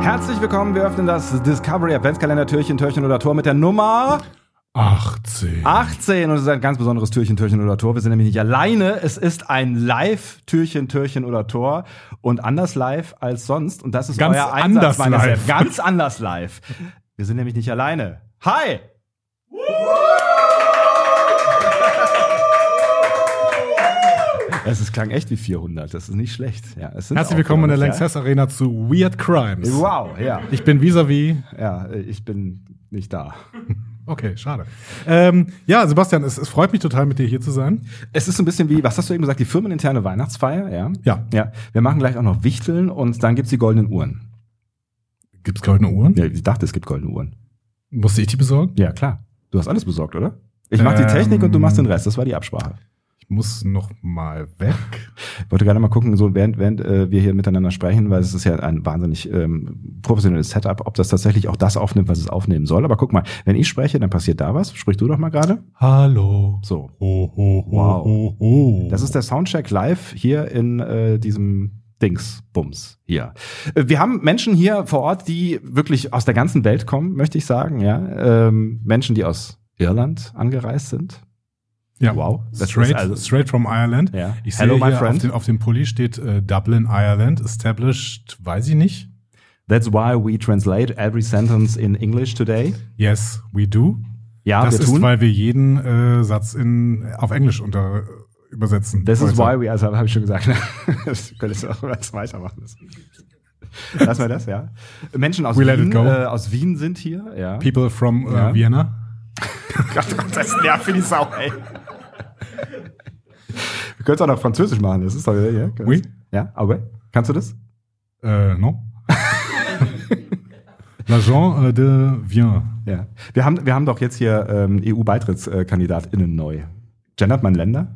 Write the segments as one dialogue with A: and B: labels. A: Herzlich willkommen, wir öffnen das Discovery Adventskalender Türchen, Türchen oder Tor mit der Nummer
B: 18.
A: 18 und es ist ein ganz besonderes Türchen, Türchen oder Tor. Wir sind nämlich nicht alleine, es ist ein Live-Türchen, Türchen oder Tor und anders live als sonst und das ist
B: Ganz
A: euer Einsatz
B: anders
A: meiner
B: live.
A: Selbst. Ganz anders live. Wir sind nämlich nicht alleine. Hi! Es ist, klang echt wie 400, das ist nicht schlecht. Ja, es sind
B: Herzlich
A: auch
B: willkommen in der
A: 400,
B: Lanxess Arena zu Weird Crimes.
A: ja. Wow, ja.
B: Ich bin vis-à-vis.
A: Ja, ich bin nicht da.
B: Okay, schade. Ähm, ja, Sebastian, es, es freut mich total, mit dir hier zu sein.
A: Es ist so ein bisschen wie, was hast du eben gesagt, die firmeninterne Weihnachtsfeier, ja?
B: Ja.
A: Ja. Wir machen gleich auch noch Wichteln und dann gibt's die goldenen Uhren.
B: Gibt's goldene Uhren?
A: Ja, ich dachte, es gibt goldene Uhren.
B: Musste ich die besorgen?
A: Ja, klar. Du hast alles besorgt, oder? Ich mach die
B: Ähm.
A: Technik und du machst den Rest. Das war die Absprache.
B: Ich muss noch mal weg.
A: Ich wollte gerade mal gucken, so während, während äh, wir hier miteinander sprechen, weil es ist ja ein wahnsinnig ähm, professionelles Setup, ob das tatsächlich auch das aufnimmt, was es aufnehmen soll. Aber guck mal, wenn ich spreche, dann passiert da was. Sprich du doch mal gerade.
B: Hallo.
A: So.
B: Ho, ho, ho,
A: Wow.
B: ho, ho.
A: Das ist der Soundcheck live hier in äh, diesem Dingsbums hier. Äh, Wir haben Menschen hier vor Ort, die wirklich aus der ganzen Welt kommen, möchte ich sagen. Ja, ähm, Menschen, die aus Irland angereist sind.
B: ja.
A: Wow, das
B: Straight,
A: ist also-
B: straight from Ireland.
A: Ja.
B: Ich sehe
A: Hello, my
B: hier
A: friend.
B: Auf, dem, auf dem Pulli steht äh, Dublin, Ireland, established, weiß ich nicht.
A: That's why we translate every sentence in English today.
B: Yes, we do.
A: Ja,
B: das
A: Ah, wir
B: ist,
A: tun.
B: weil wir jeden äh, Satz in, auf Englisch unter, äh, übersetzen.
A: This is
B: heute.
A: why we, also habe ich schon gesagt, das könntest du auch was weitermachen. Lass mal das, ja. Menschen aus
B: We let it
A: Wien,
B: go.
A: äh, aus Wien sind hier, ja.
B: People from äh,
A: Ja.
B: Vienna.
A: Gott, Gott, das nervt wie die Sau, ey. Wir können es auch noch Französisch machen, das ist doch, ja.
B: Oui.
A: Ja, aber kannst du das?
B: Äh, no. L'agent äh, de Vien.
A: Ja. Wir haben, wir haben doch jetzt hier ähm, EU-BeitrittskandidatInnen neu. Gendert man Länder?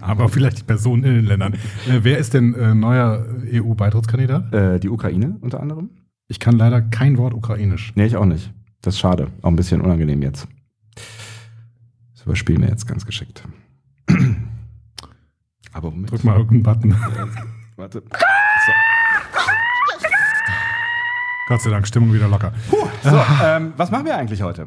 B: Aber vielleicht die Personen in den Ländern. Äh, wer ist denn äh, neuer EU-Beitrittskandidat?
A: Äh, die Ukraine unter anderem?
B: Ich kann leider kein Wort ukrainisch.
A: Nee, ich auch nicht. Das ist schade. Auch ein bisschen unangenehm jetzt. Das überspielen wir jetzt ganz geschickt. Aber Moment.
B: Drück mal irgendeinen Button.
A: Warte.
B: Gott sei Dank, Stimmung wieder locker.
A: Puh, so, ähm, was machen wir eigentlich heute?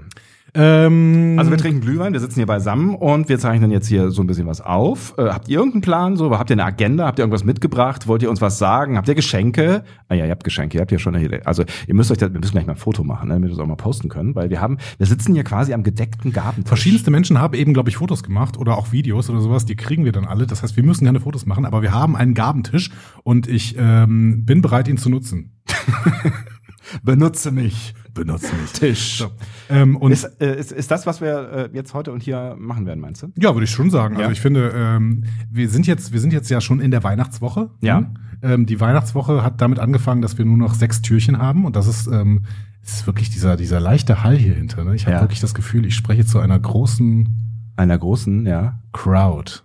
B: Ähm,
A: Also wir trinken Glühwein, wir sitzen hier beisammen und wir zeichnen jetzt hier so ein bisschen was auf. Äh, habt ihr irgendeinen Plan? So, habt ihr eine Agenda? Habt ihr irgendwas mitgebracht? Wollt ihr uns was sagen? Habt ihr Geschenke? Ah ja, ihr habt Geschenke, ihr habt ja schon. Also ihr müsst euch das, wir müssen gleich mal ein Foto machen, ne, damit wir das auch mal posten können, weil wir haben, wir sitzen hier quasi am gedeckten Gabentisch.
B: verschiedenste Menschen haben eben, glaube ich, Fotos gemacht oder auch Videos oder sowas. Die kriegen wir dann alle. Das heißt, wir müssen keine Fotos machen, aber wir haben einen Gabentisch und ich ähm, bin bereit, ihn zu nutzen.
A: Benutze mich.
B: Benutze mich.
A: Tisch.
B: So. Ähm, und
A: Ist, äh, ist, ist das, was wir äh, jetzt heute und hier machen werden, meinst du?
B: Ja, würde ich schon sagen. Also
A: Ja.
B: ich finde, ähm, wir sind jetzt, wir sind jetzt ja schon in der Weihnachtswoche.
A: Ja.
B: Mhm. Ähm, die Weihnachtswoche hat damit angefangen, dass wir nur noch sechs Türchen haben und das ist, ähm, es ist wirklich dieser dieser leichte Hall hier hinter. Ne? Ich habe
A: Ja.
B: wirklich das Gefühl, ich spreche zu einer großen
A: Einer großen, ja.
B: Crowd.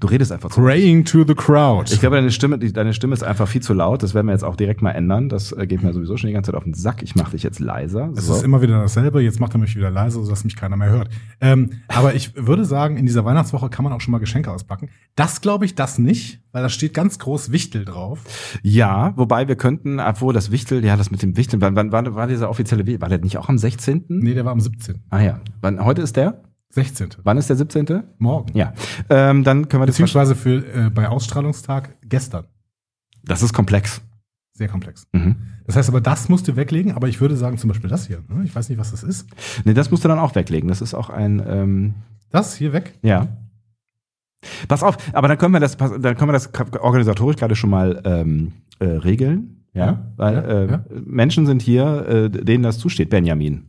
A: Du redest einfach zu.
B: Praying to the crowd.
A: Ich glaube, deine Stimme, die- deine Stimme ist einfach viel zu laut. Das werden wir jetzt auch direkt mal ändern. Das äh, geht mir sowieso schon die ganze Zeit auf den Sack. Ich mache dich jetzt leiser.
B: Es ist immer wieder dasselbe. Jetzt macht er mich wieder leise, sodass mich keiner mehr hört. Ähm, aber ich würde sagen, in dieser Weihnachtswoche kann man auch schon mal Geschenke auspacken. Das glaube ich, das nicht, weil da steht ganz groß Wichtel drauf.
A: ja, wobei wir könnten, obwohl das Wichtel, ja, das mit dem Wichtel, wann, wann war, war dieser offizielle Wichtel? War der nicht auch am 16.?
B: Nee, der war am 17.
A: Ah ja. Wann, heute ist der?
B: 16.
A: Wann ist der 17.?
B: Morgen.
A: Ja. Ähm, dann können wir das.
B: Beziehungsweise für, äh, bei Ausstrahlungstag gestern.
A: Das ist komplex.
B: Sehr komplex.
A: Mhm.
B: Das heißt aber, das musst du weglegen, aber ich würde sagen, zum Beispiel das hier. Ne? Ich weiß nicht, was das ist.
A: Nee, das musst du dann auch weglegen. Das ist auch ein. Ähm,
B: Das hier weg.
A: Ja. Pass auf, aber dann können wir das, pass- dann können wir das organisatorisch gerade schon mal ähm, äh, regeln. Ja,
B: Ja,
A: weil
B: ja,
A: äh,
B: ja.
A: Menschen sind hier, äh, denen das zusteht, Benjamin.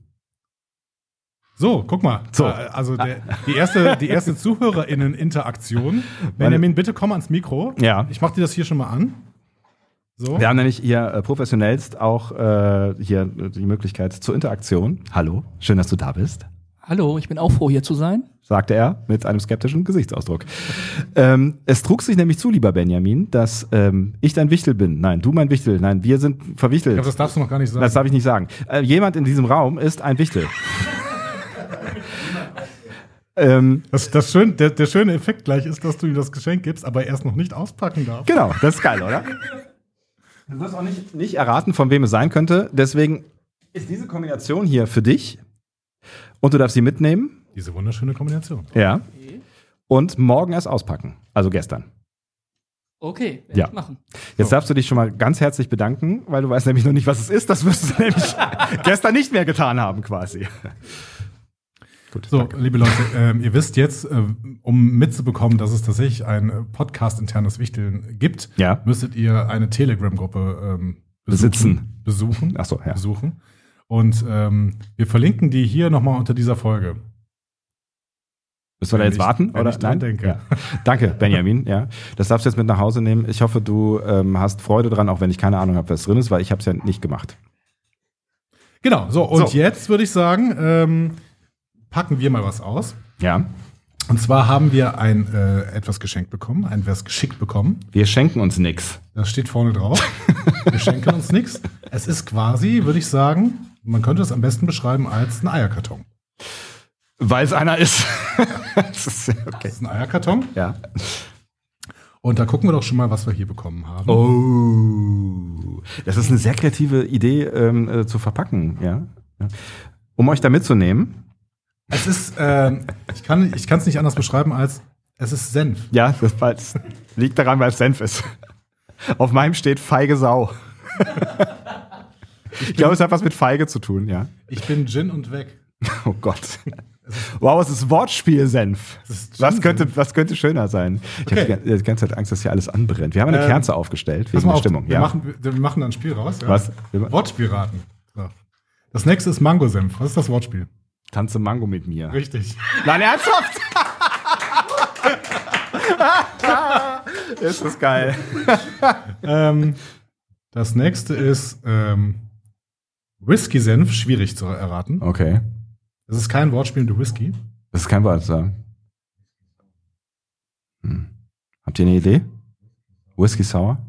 B: So, guck mal.
A: So.
B: Äh, Also der, die erste, die erste ZuhörerInnen-Interaktion. Benjamin, bitte komm ans Mikro.
A: Ja.
B: Ich mach dir das hier schon mal an. So.
A: Wir haben nämlich hier äh, professionellst auch äh, hier die Möglichkeit zur Interaktion. Hallo, schön, dass du da bist,
C: Hallo, ich bin auch froh, hier zu sein.
A: sagte er mit einem skeptischen Gesichtsausdruck. ähm, es trug sich nämlich zu, lieber Benjamin, dass ähm, ich dein Wichtel bin. Nein, du mein Wichtel. Nein, wir sind verwichtelt.
B: Ich glaube, das darfst du noch gar nicht sagen.
A: Das darf ich nicht sagen. Äh, jemand in diesem Raum ist ein Wichtel. ähm,
B: Das, das schön, der, der schöne Effekt gleich ist, dass du ihm das Geschenk gibst, aber er es noch nicht auspacken darf.
A: genau, das ist geil, oder? Du wirst auch nicht, nicht erraten, von wem es sein könnte. Deswegen ist diese Kombination hier für dich. Und du darfst sie mitnehmen.
B: Diese wunderschöne Kombination.
A: Ja. Und morgen erst auspacken. Also gestern.
C: Okay, werd
A: Ja.
C: ich machen.
A: Jetzt darfst du dich schon mal ganz herzlich bedanken, weil du weißt nämlich noch nicht, was es ist. Das wirst du nämlich gestern nicht mehr getan haben, quasi. Gut,
B: So, liebe Leute, ähm, ihr wisst jetzt, äh, um mitzubekommen, dass es tatsächlich ein äh, podcast-internes Wichteln gibt,
A: Ja.
B: müsstet ihr eine Telegram-Gruppe ähm,
A: Besitzen.
B: Besuchen.
A: Ach so, ja.
B: Besuchen. Und ähm, wir verlinken die hier nochmal unter dieser Folge.
A: Müssen wir da
B: Wenn
A: jetzt
B: ich-
A: warten?
B: wenn
A: oder?
B: ich dran denke.
A: Ja. Danke, Benjamin. Ja, das darfst du jetzt mit nach Hause nehmen. Ich hoffe, du ähm, hast Freude dran, auch wenn ich keine Ahnung habe, was drin ist, weil ich habe es ja nicht gemacht.
B: Genau, so, und
A: So.
B: jetzt würde ich sagen, ähm, packen wir mal was aus.
A: Ja,
B: Und zwar haben wir ein äh, etwas geschenkt bekommen, ein was geschickt bekommen.
A: wir schenken uns nichts.
B: Das steht vorne drauf. Wir schenken uns nichts. Es ist quasi, würde ich sagen, man könnte es am besten beschreiben als ein Eierkarton.
A: Weil es einer ist. Das ist- okay.
B: Das ist ein Eierkarton.
A: Ja.
B: Und da gucken wir doch schon mal, was wir hier bekommen haben.
A: Oh. Das ist eine sehr kreative Idee ähm, äh, zu verpacken, ja. Ja. Um euch da mitzunehmen.
B: Es ist, ähm, ich kann es nicht anders beschreiben als, es ist Senf.
A: Ja, das weil's- liegt daran, weil es Senf ist. Auf meinem steht feige Sau. Ich glaube, es hat was mit Feige zu tun, ja.
B: Ich bin Gin und weg.
A: Oh Gott. Wow, es ist Wortspiel-Senf.
B: Es ist
A: Was
B: Gin-Senf.
A: könnte, was könnte schöner sein? Ich
B: Okay.
A: habe die ganze Zeit Angst, dass hier alles anbrennt. Wir haben eine
B: Ähm,
A: Kerze aufgestellt
B: Pass
A: wegen
B: mal
A: der
B: auf,
A: Stimmung.
B: wir,
A: ja.
B: machen, wir, wir machen da ein Spiel raus. Ja?
A: Was?
B: Wortspielraten. So. Das nächste ist Mangosenf. Was ist das Wortspiel?
A: Tanze Mango mit mir.
B: Richtig.
A: Nein, ernsthaft? ist das geil.
B: ähm, das nächste ist ähm, Whisky-Senf. Schwierig zu erraten.
A: Okay.
B: Es ist kein Wortspiel mit Whisky.
A: Das ist kein Wort, sagen. Hm. Habt ihr eine Idee? Whisky Sour?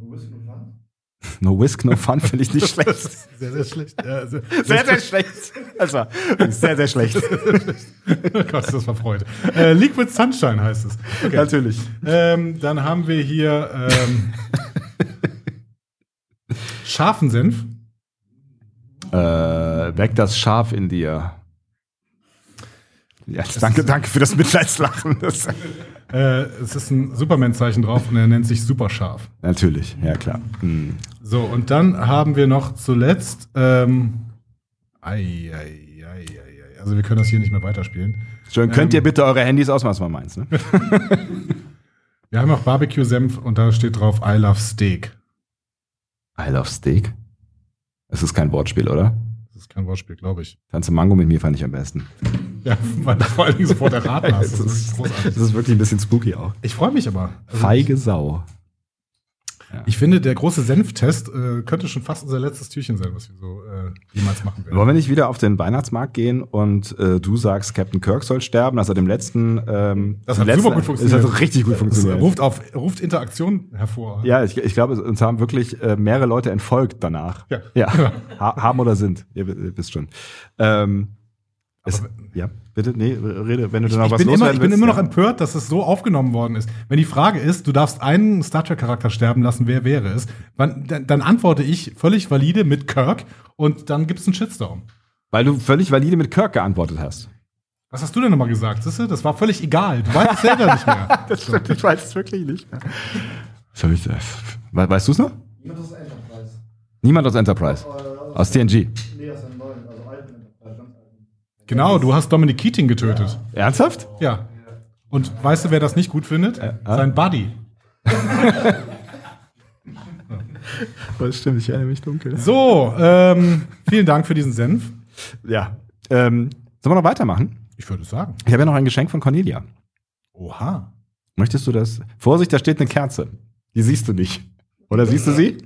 A: No Whisk, no fun finde ich nicht schlecht.
B: Sehr, sehr schlecht. Ja, also, sehr,
A: Sehr, sehr schlecht. Also, sehr, sehr schlecht.
B: oh Gott, das war Freude. Äh, Liquid Sunshine heißt es. Okay.
A: Natürlich.
B: Ähm, dann haben wir hier ähm, scharfen Senf.
A: Äh, weck das Schaf in dir. Ja, danke, danke für das Mitleidslachen. Das
B: Äh, es ist ein Superman-Zeichen drauf und er nennt sich Superscharf.
A: Natürlich, ja klar. Hm.
B: So, und dann haben wir noch zuletzt. Ähm, ei, ei, ei, ei, ei. Also, wir können das hier nicht mehr weiterspielen.
A: Schön, könnt ihr bitte eure Handys ausmachen, was man meint, ne?
B: Wir haben auch Barbecue-Senf und da steht drauf I love Steak.
A: I love Steak. Es ist kein Wortspiel, oder?
B: Das ist kein Wortspiel, glaube ich.
A: Tanze Mango mit mir fand ich am besten.
B: Ja, weil du vor allen Dingen sofort erraten hast. Das ist großartig.
A: das ist wirklich ein bisschen spooky auch.
B: Ich freue mich aber. Also,
A: Feige Sau.
B: Ich finde, der große Senftest äh, könnte schon fast unser letztes Türchen sein, was wir so äh, jemals machen werden.
A: Wollen wir nicht wieder auf den Weihnachtsmarkt gehen und äh, du sagst, Captain Kirk soll sterben? Das hat im letzten. Ähm,
B: Das
A: im
B: hat
A: letzten,
B: super gut funktioniert.
A: Das hat richtig gut
B: Das
A: funktioniert.
B: ruft, auf, ruft Interaktion hervor.
A: Ja, ich, ich glaube, es- uns haben wirklich äh, mehrere Leute entfolgt danach.
B: Ja.
A: Ha haben oder sind. Ihr, wi- ihr wisst schon. Ähm, es, ja, bitte, nee, rede, wenn du da noch
B: Ich
A: was
B: bin, immer,
A: loswerden
B: ich bin
A: willst,
B: immer noch
A: ja.
B: empört, dass es so aufgenommen worden ist. Wenn die Frage ist, du darfst einen Star Trek-Charakter sterben lassen, wer wäre es? Wann, dann, dann antworte ich völlig valide mit Kirk und dann gibt es einen Shitstorm.
A: Weil du völlig valide mit Kirk geantwortet hast.
B: Was hast du denn nochmal gesagt? Siehste, das war völlig egal. Du weißt es selber nicht mehr.
A: Das stimmt, ich weiß es wirklich nicht. Was hab ich, äh, we weißt du es noch?
D: Niemand aus Enterprise.
A: Niemand aus Enterprise.
D: Äh,
A: Aus TNG.
D: nee, aus einem neuen, also alten Enterprise, ganz alten.
B: Genau, du hast Dominic Keating getötet.
A: Ernsthaft?
B: Ja. Und weißt du, wer das nicht gut findet?
A: Äh,
B: Sein Buddy.
A: Das stimmt, ich erinnere mich dunkel.
B: So, ähm, vielen Dank für diesen Senf.
A: Ja. Ähm, sollen wir noch weitermachen?
B: Ich würde sagen.
A: Ich habe ja noch ein Geschenk von Cornelia.
B: Oha.
A: Möchtest du das? Vorsicht, da steht eine Kerze. Die siehst du nicht. Oder siehst du sie?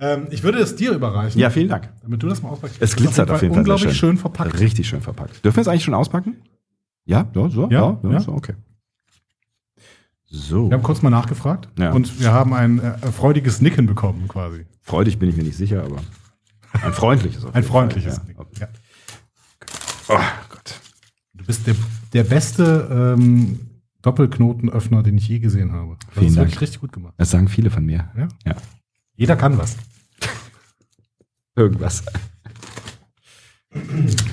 B: Ähm, ich würde es dir überreichen.
A: Ja, vielen Dank.
B: Damit du das mal auspackst.
A: Es glitzert auf jeden Fall. sehr
B: Unglaublich schön verpackt.
A: Richtig schön verpackt. Dürfen wir es eigentlich schon auspacken? Ja, so, so,
B: Ja, ja.
A: so okay. So.
B: Wir haben kurz mal nachgefragt
A: Ja.
B: und wir haben ein äh, freudiges Nicken bekommen quasi.
A: Freudig bin ich mir nicht sicher, aber ein freundliches. auf
B: Ein
A: jeden Fall,
B: freundliches
A: Ja.
B: Nicken.
A: Okay.
B: Ja.
A: Oh Gott.
B: Du bist der, der beste ähm, Doppelknotenöffner, den ich je gesehen habe. Das
A: Vielen
B: ist
A: Dank.
B: wirklich richtig gut gemacht.
A: Das sagen viele von mir.
B: Ja?
A: Ja.
B: Jeder kann was.
A: Irgendwas.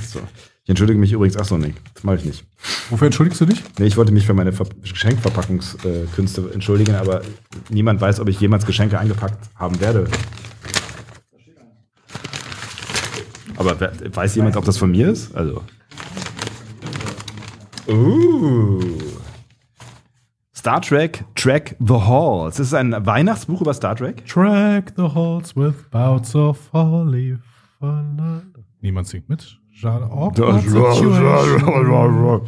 A: so. Ich entschuldige mich übrigens. Achso, nee, das mache ich nicht.
B: Wofür entschuldigst du dich?
A: Nee, ich wollte mich für meine Ver Geschenkverpackungskünste entschuldigen, aber niemand weiß, ob ich jemals Geschenke eingepackt haben werde. Aber wer, weiß jemand, ob das von mir ist? Also. Uh. Star Trek Track the Halls. Das ist ein Weihnachtsbuch über Star Trek.
B: Track the halls with bouts of holly. Niemand singt mit. Schade. Awkward situation.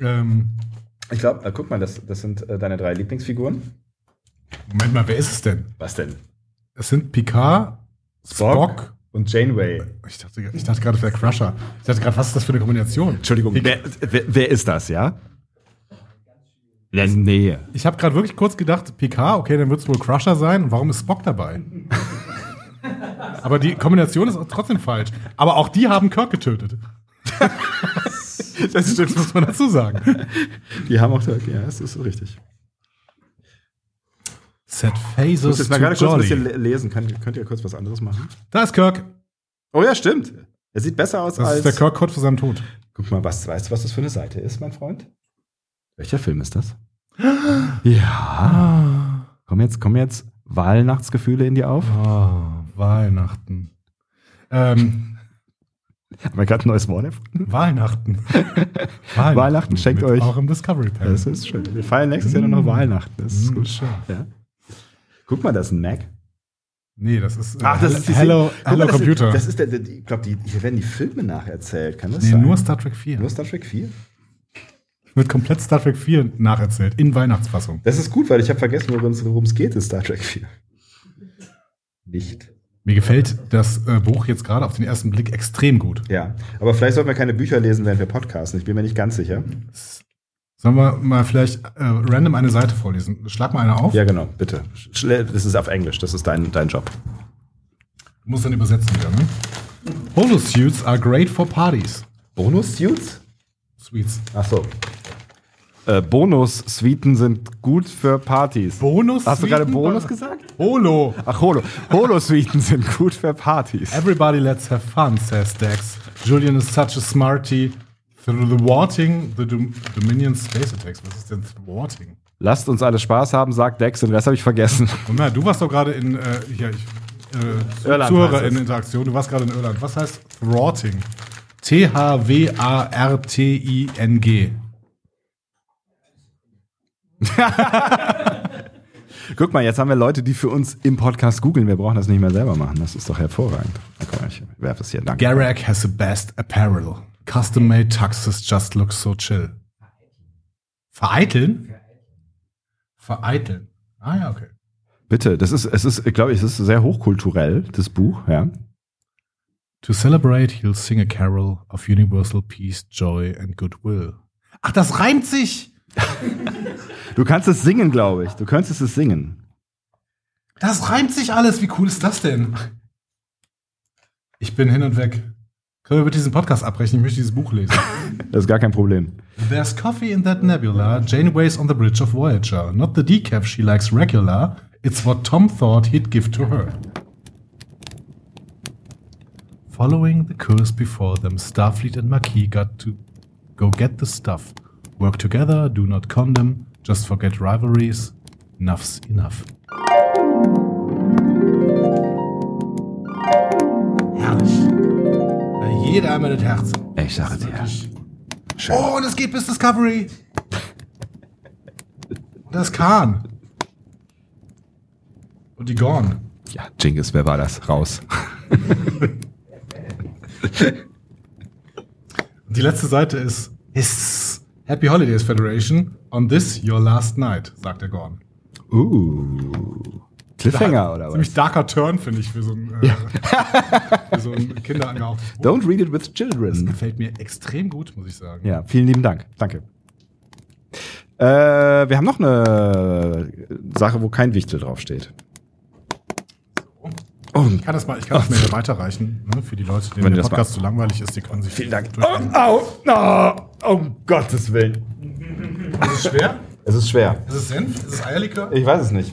B: ähm,
A: Ich glaube, äh, guck mal, das, das sind äh, deine drei Lieblingsfiguren.
B: Moment mal, wer ist es denn?
A: Was denn?
B: Es sind Picard, Spock,
A: und Janeway.
B: Ich dachte, ich dachte gerade, es wäre Crusher. Ich dachte gerade, was ist das für eine Kombination?
A: Entschuldigung, wer, wer, wer ist das, ja? Ja, nee.
B: Ich habe gerade wirklich kurz gedacht, PK, okay, dann wird es wohl Crusher sein. Und Warum ist Spock dabei? Aber die Kombination ist auch trotzdem falsch. Aber auch die haben Kirk getötet. das, das muss man dazu sagen.
A: Die haben auch, ja, das ist richtig.
B: Set
A: Ich muss
B: phases
A: jetzt mal gerade kurz ein bisschen le- lesen. Kann, könnt ihr kurz was anderes machen?
B: Da ist Kirk.
A: Oh ja, stimmt. Er sieht besser aus
B: Das
A: als.
B: ist der Kirk kurz vor seinem Tod.
A: Guck mal, was, weißt du, was das für eine Seite ist, mein Freund? Welcher Film ist das? ja. Kommen jetzt, kommen jetzt Wahlnachtsgefühle in dir auf?
B: Ah, Weihnachten. Ähm,
A: Haben wir gerade ein neues Wort erfunden?
B: Weihnachten.
A: Weihnachten, schenkt
B: mit
A: euch.
B: Auch im Discovery Panel.
A: Das ist schön. Wir feiern nächstes Jahr nur noch Weihnachten. Das ist
B: Mm,
A: gut.
B: schön.
A: Ja. Guck mal, das ist ein Mac.
B: Nee, das ist. äh,
A: Ach, das ist die
B: Hello,
A: Guck mal,
B: Hello
A: das ist-
B: Computer.
A: Das ist der, der ich glaube, die, hier werden die Filme nacherzählt. Kann das
B: Nee,
A: sein?
B: nur Star Trek 4.
A: Nur Star Trek 4?
B: Wird komplett Star Trek 4 nacherzählt, in Weihnachtsfassung.
A: Das ist gut, weil ich habe vergessen, worum es- worum es geht in Star Trek 4. Nicht.
B: Mir gefällt das äh, Buch jetzt gerade auf den ersten Blick extrem gut.
A: Ja. Aber vielleicht sollten wir keine Bücher lesen, während wir podcasten. Ich bin mir nicht ganz sicher.
B: Sollen wir mal vielleicht äh, random eine Seite vorlesen? Schlag mal eine auf.
A: Ja, genau. Bitte. Schle- Das ist auf Englisch. Das ist dein, dein Job.
B: Du musst dann übersetzen wieder, ne? Holosuits are great for parties.
A: Bonus-Suits?
B: Sweets.
A: Ach so. Äh, Bonus-Suiten sind gut für Partys.
B: Bonus.
A: Hast du gerade
B: Suiten-
A: Bonus gesagt?
B: Holo.
A: Ach, Holo. Holo-Suiten sind gut für Partys.
B: Everybody let's have fun, says Dax. Julian is such a smarty. Through the warting, the Dom Dominion Space Attacks. Was ist denn thwarting?
A: Lasst uns alle Spaß haben, sagt Dex, den Rest habe ich vergessen.
B: Und na, du warst doch gerade in, äh, hier, ich, äh,
A: Irland
B: Zuhörer
A: heißt
B: in
A: es.
B: Interaktion, du warst gerade in Irland. Was heißt Thwarting? T-H-W-A-R-T-I-N-G.
A: Guck mal, jetzt haben wir Leute, die für uns im Podcast googeln. Wir brauchen das nicht mehr selber machen. Das ist doch hervorragend. Na, guck mal, Ich werfe es hier. Danke.
B: Garak has the best apparel. Custom-made tuxes just look so chill. Vereiteln? Vereiteln. Ah ja, okay.
A: Bitte, das ist, es ist, glaube ich, es ist sehr hochkulturell, das Buch, ja.
B: To celebrate, he'll sing a carol of universal peace, joy and goodwill. Ach, das reimt sich!
A: Du kannst es singen, glaube ich. Du könntest es singen.
B: Das reimt sich alles. Wie cool ist das denn? Ich bin hin und weg. Können wir mit diesem Podcast abbrechen? Ich möchte dieses Buch lesen.
A: Das ist gar kein Problem.
B: There's coffee in that nebula. Janeway's on the bridge of Voyager. Not the decaf she likes regular. It's what Tom thought he'd give to her. Following the course before them, Starfleet and Maquis got to go get the stuff. Work together, do not condemn, just forget rivalries. Enough's enough. Herrlich. Jeder einmal das Herz.
A: Ich sage dir. Schön.
B: Oh, und es geht bis Discovery. Und das ist Khan. Und die Gorn.
A: Ja, Jingis, wer war das? Raus.
B: Und die letzte Seite ist, ist Happy Holidays Federation. On this, your last night, sagt der Gorn.
A: Uh. Cliffhanger oder was?
B: Ziemlich darker Turn, finde ich, für so ein, äh, für so ein Kinder angehauchtes Buch.
A: Don't read it with children.
B: Gefällt mir extrem gut, muss ich sagen.
A: Ja, vielen lieben Dank. Danke. Äh, wir haben noch eine Sache, wo kein Wichtel draufsteht. Oh,
B: Ich kann das mal, ich kann das mir hier weiterreichen, ne, für die Leute, denen
A: Wenn du
B: der
A: das
B: Podcast zu langweilig ist, die können sich Vielen Dank.
A: oh, au, oh, um Gottes Willen.
B: Ist es schwer?
A: Es ist schwer.
B: Ist es Senf? Ist es Eierlikör?
A: Ich weiß es nicht.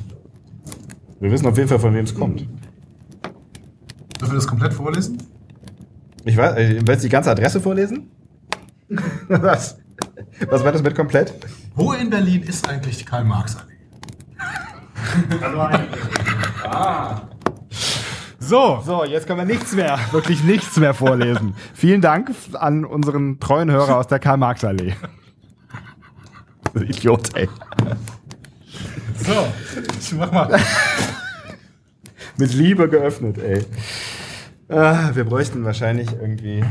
A: Wir wissen auf jeden Fall, von wem es kommt.
B: Dürfen wir das komplett vorlesen?
A: Ich weiß, äh, willst du die ganze Adresse vorlesen? was? Was war das mit komplett?
B: Wo in Berlin ist eigentlich die Karl-Marx-Allee? So,
A: So, jetzt können wir nichts mehr, wirklich nichts mehr vorlesen. Vielen Dank an unseren treuen Hörer aus der Karl-Marx-Allee. Idiot, ey.
B: so, ich mach mal.
A: Mit Liebe geöffnet, ey. Ah, wir bräuchten wahrscheinlich irgendwie.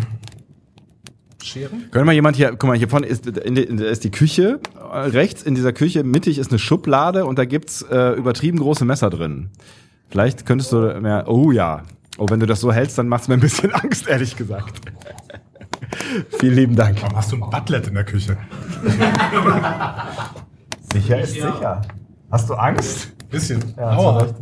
B: Scheren?
A: Können wir jemand hier, guck mal, hier vorne ist, in, in, da ist die Küche, äh, rechts in dieser Küche, mittig ist eine Schublade und da gibt's äh, übertrieben große Messer drin. Vielleicht könntest du mehr, oh ja. Oh, wenn du das so hältst, dann macht's mir ein bisschen Angst, ehrlich gesagt. Vielen lieben Dank.
B: Warum hast du ein Buttlet in der Küche?
A: Sicher ist sicher. Hast du Angst?
B: Bisschen.
A: Ja, hast du recht.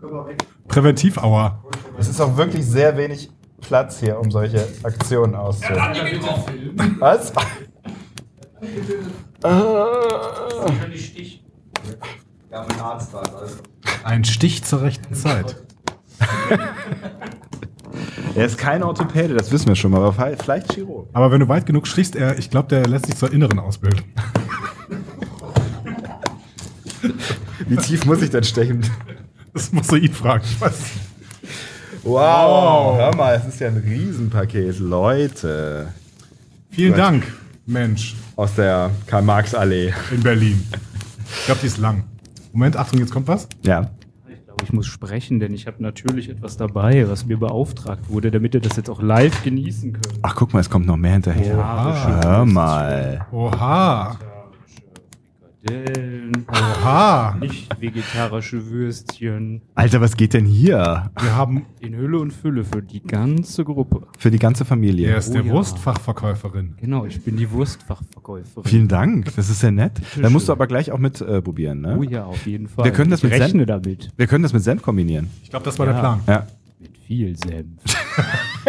D: Körper weg.
B: Präventiv-Aua.
A: Es ist auch wirklich sehr wenig Platz hier, um solche Aktionen auszuführen. Was? Ah.
E: Ja, mein Arzt war es, also.
B: Ein Stich zur rechten Zeit.
A: Er ist kein Orthopäde, das wissen wir schon mal, aber vielleicht Chirurg.
B: Aber wenn du weit genug stichst, er, ich glaube, der lässt sich zur Inneren ausbilden.
A: Wie tief muss ich denn stechen?
B: Das musst du ihn fragen. Ich weiß. es nicht.
A: Wow, hör mal, es ist ja ein Riesenpaket. Leute
B: Vielen
A: Gut.
B: Dank, Mensch,
A: aus der Karl-Marx-Allee.
B: in Berlin. Ich glaube, die ist lang. Moment, Achtung, jetzt kommt was.
A: Ja.
F: Ich glaube, ich muss sprechen, denn ich habe natürlich etwas dabei, was mir beauftragt wurde, damit ihr das jetzt auch live genießen könnt.
A: Ach, guck mal, es kommt noch mehr hinterher.
B: Oha.
A: Hör mal.
B: Oha.
F: Frikadellen,
B: Oha.
F: nicht vegetarische Würstchen
A: Alter, was geht denn hier?
B: Wir haben.
F: in Hülle und Fülle für die ganze Gruppe.
A: Für die ganze Familie.
B: Er ist der
F: ja.
B: Wurstfachverkäuferin.
F: Genau, ich bin die Wurstfachverkäuferin.
A: Vielen Dank, das ist sehr nett.
F: Bitteschön.
A: Dann musst du aber gleich auch mit äh, probieren, ne?
F: Oh ja, auf jeden Fall.
A: Wir können das
F: ich
A: mit
F: rechne damit.
A: Wir können das mit Senf kombinieren.
B: Ich glaube, das war der
F: Ja.
B: Plan.
A: Ja.
F: Mit viel Senf.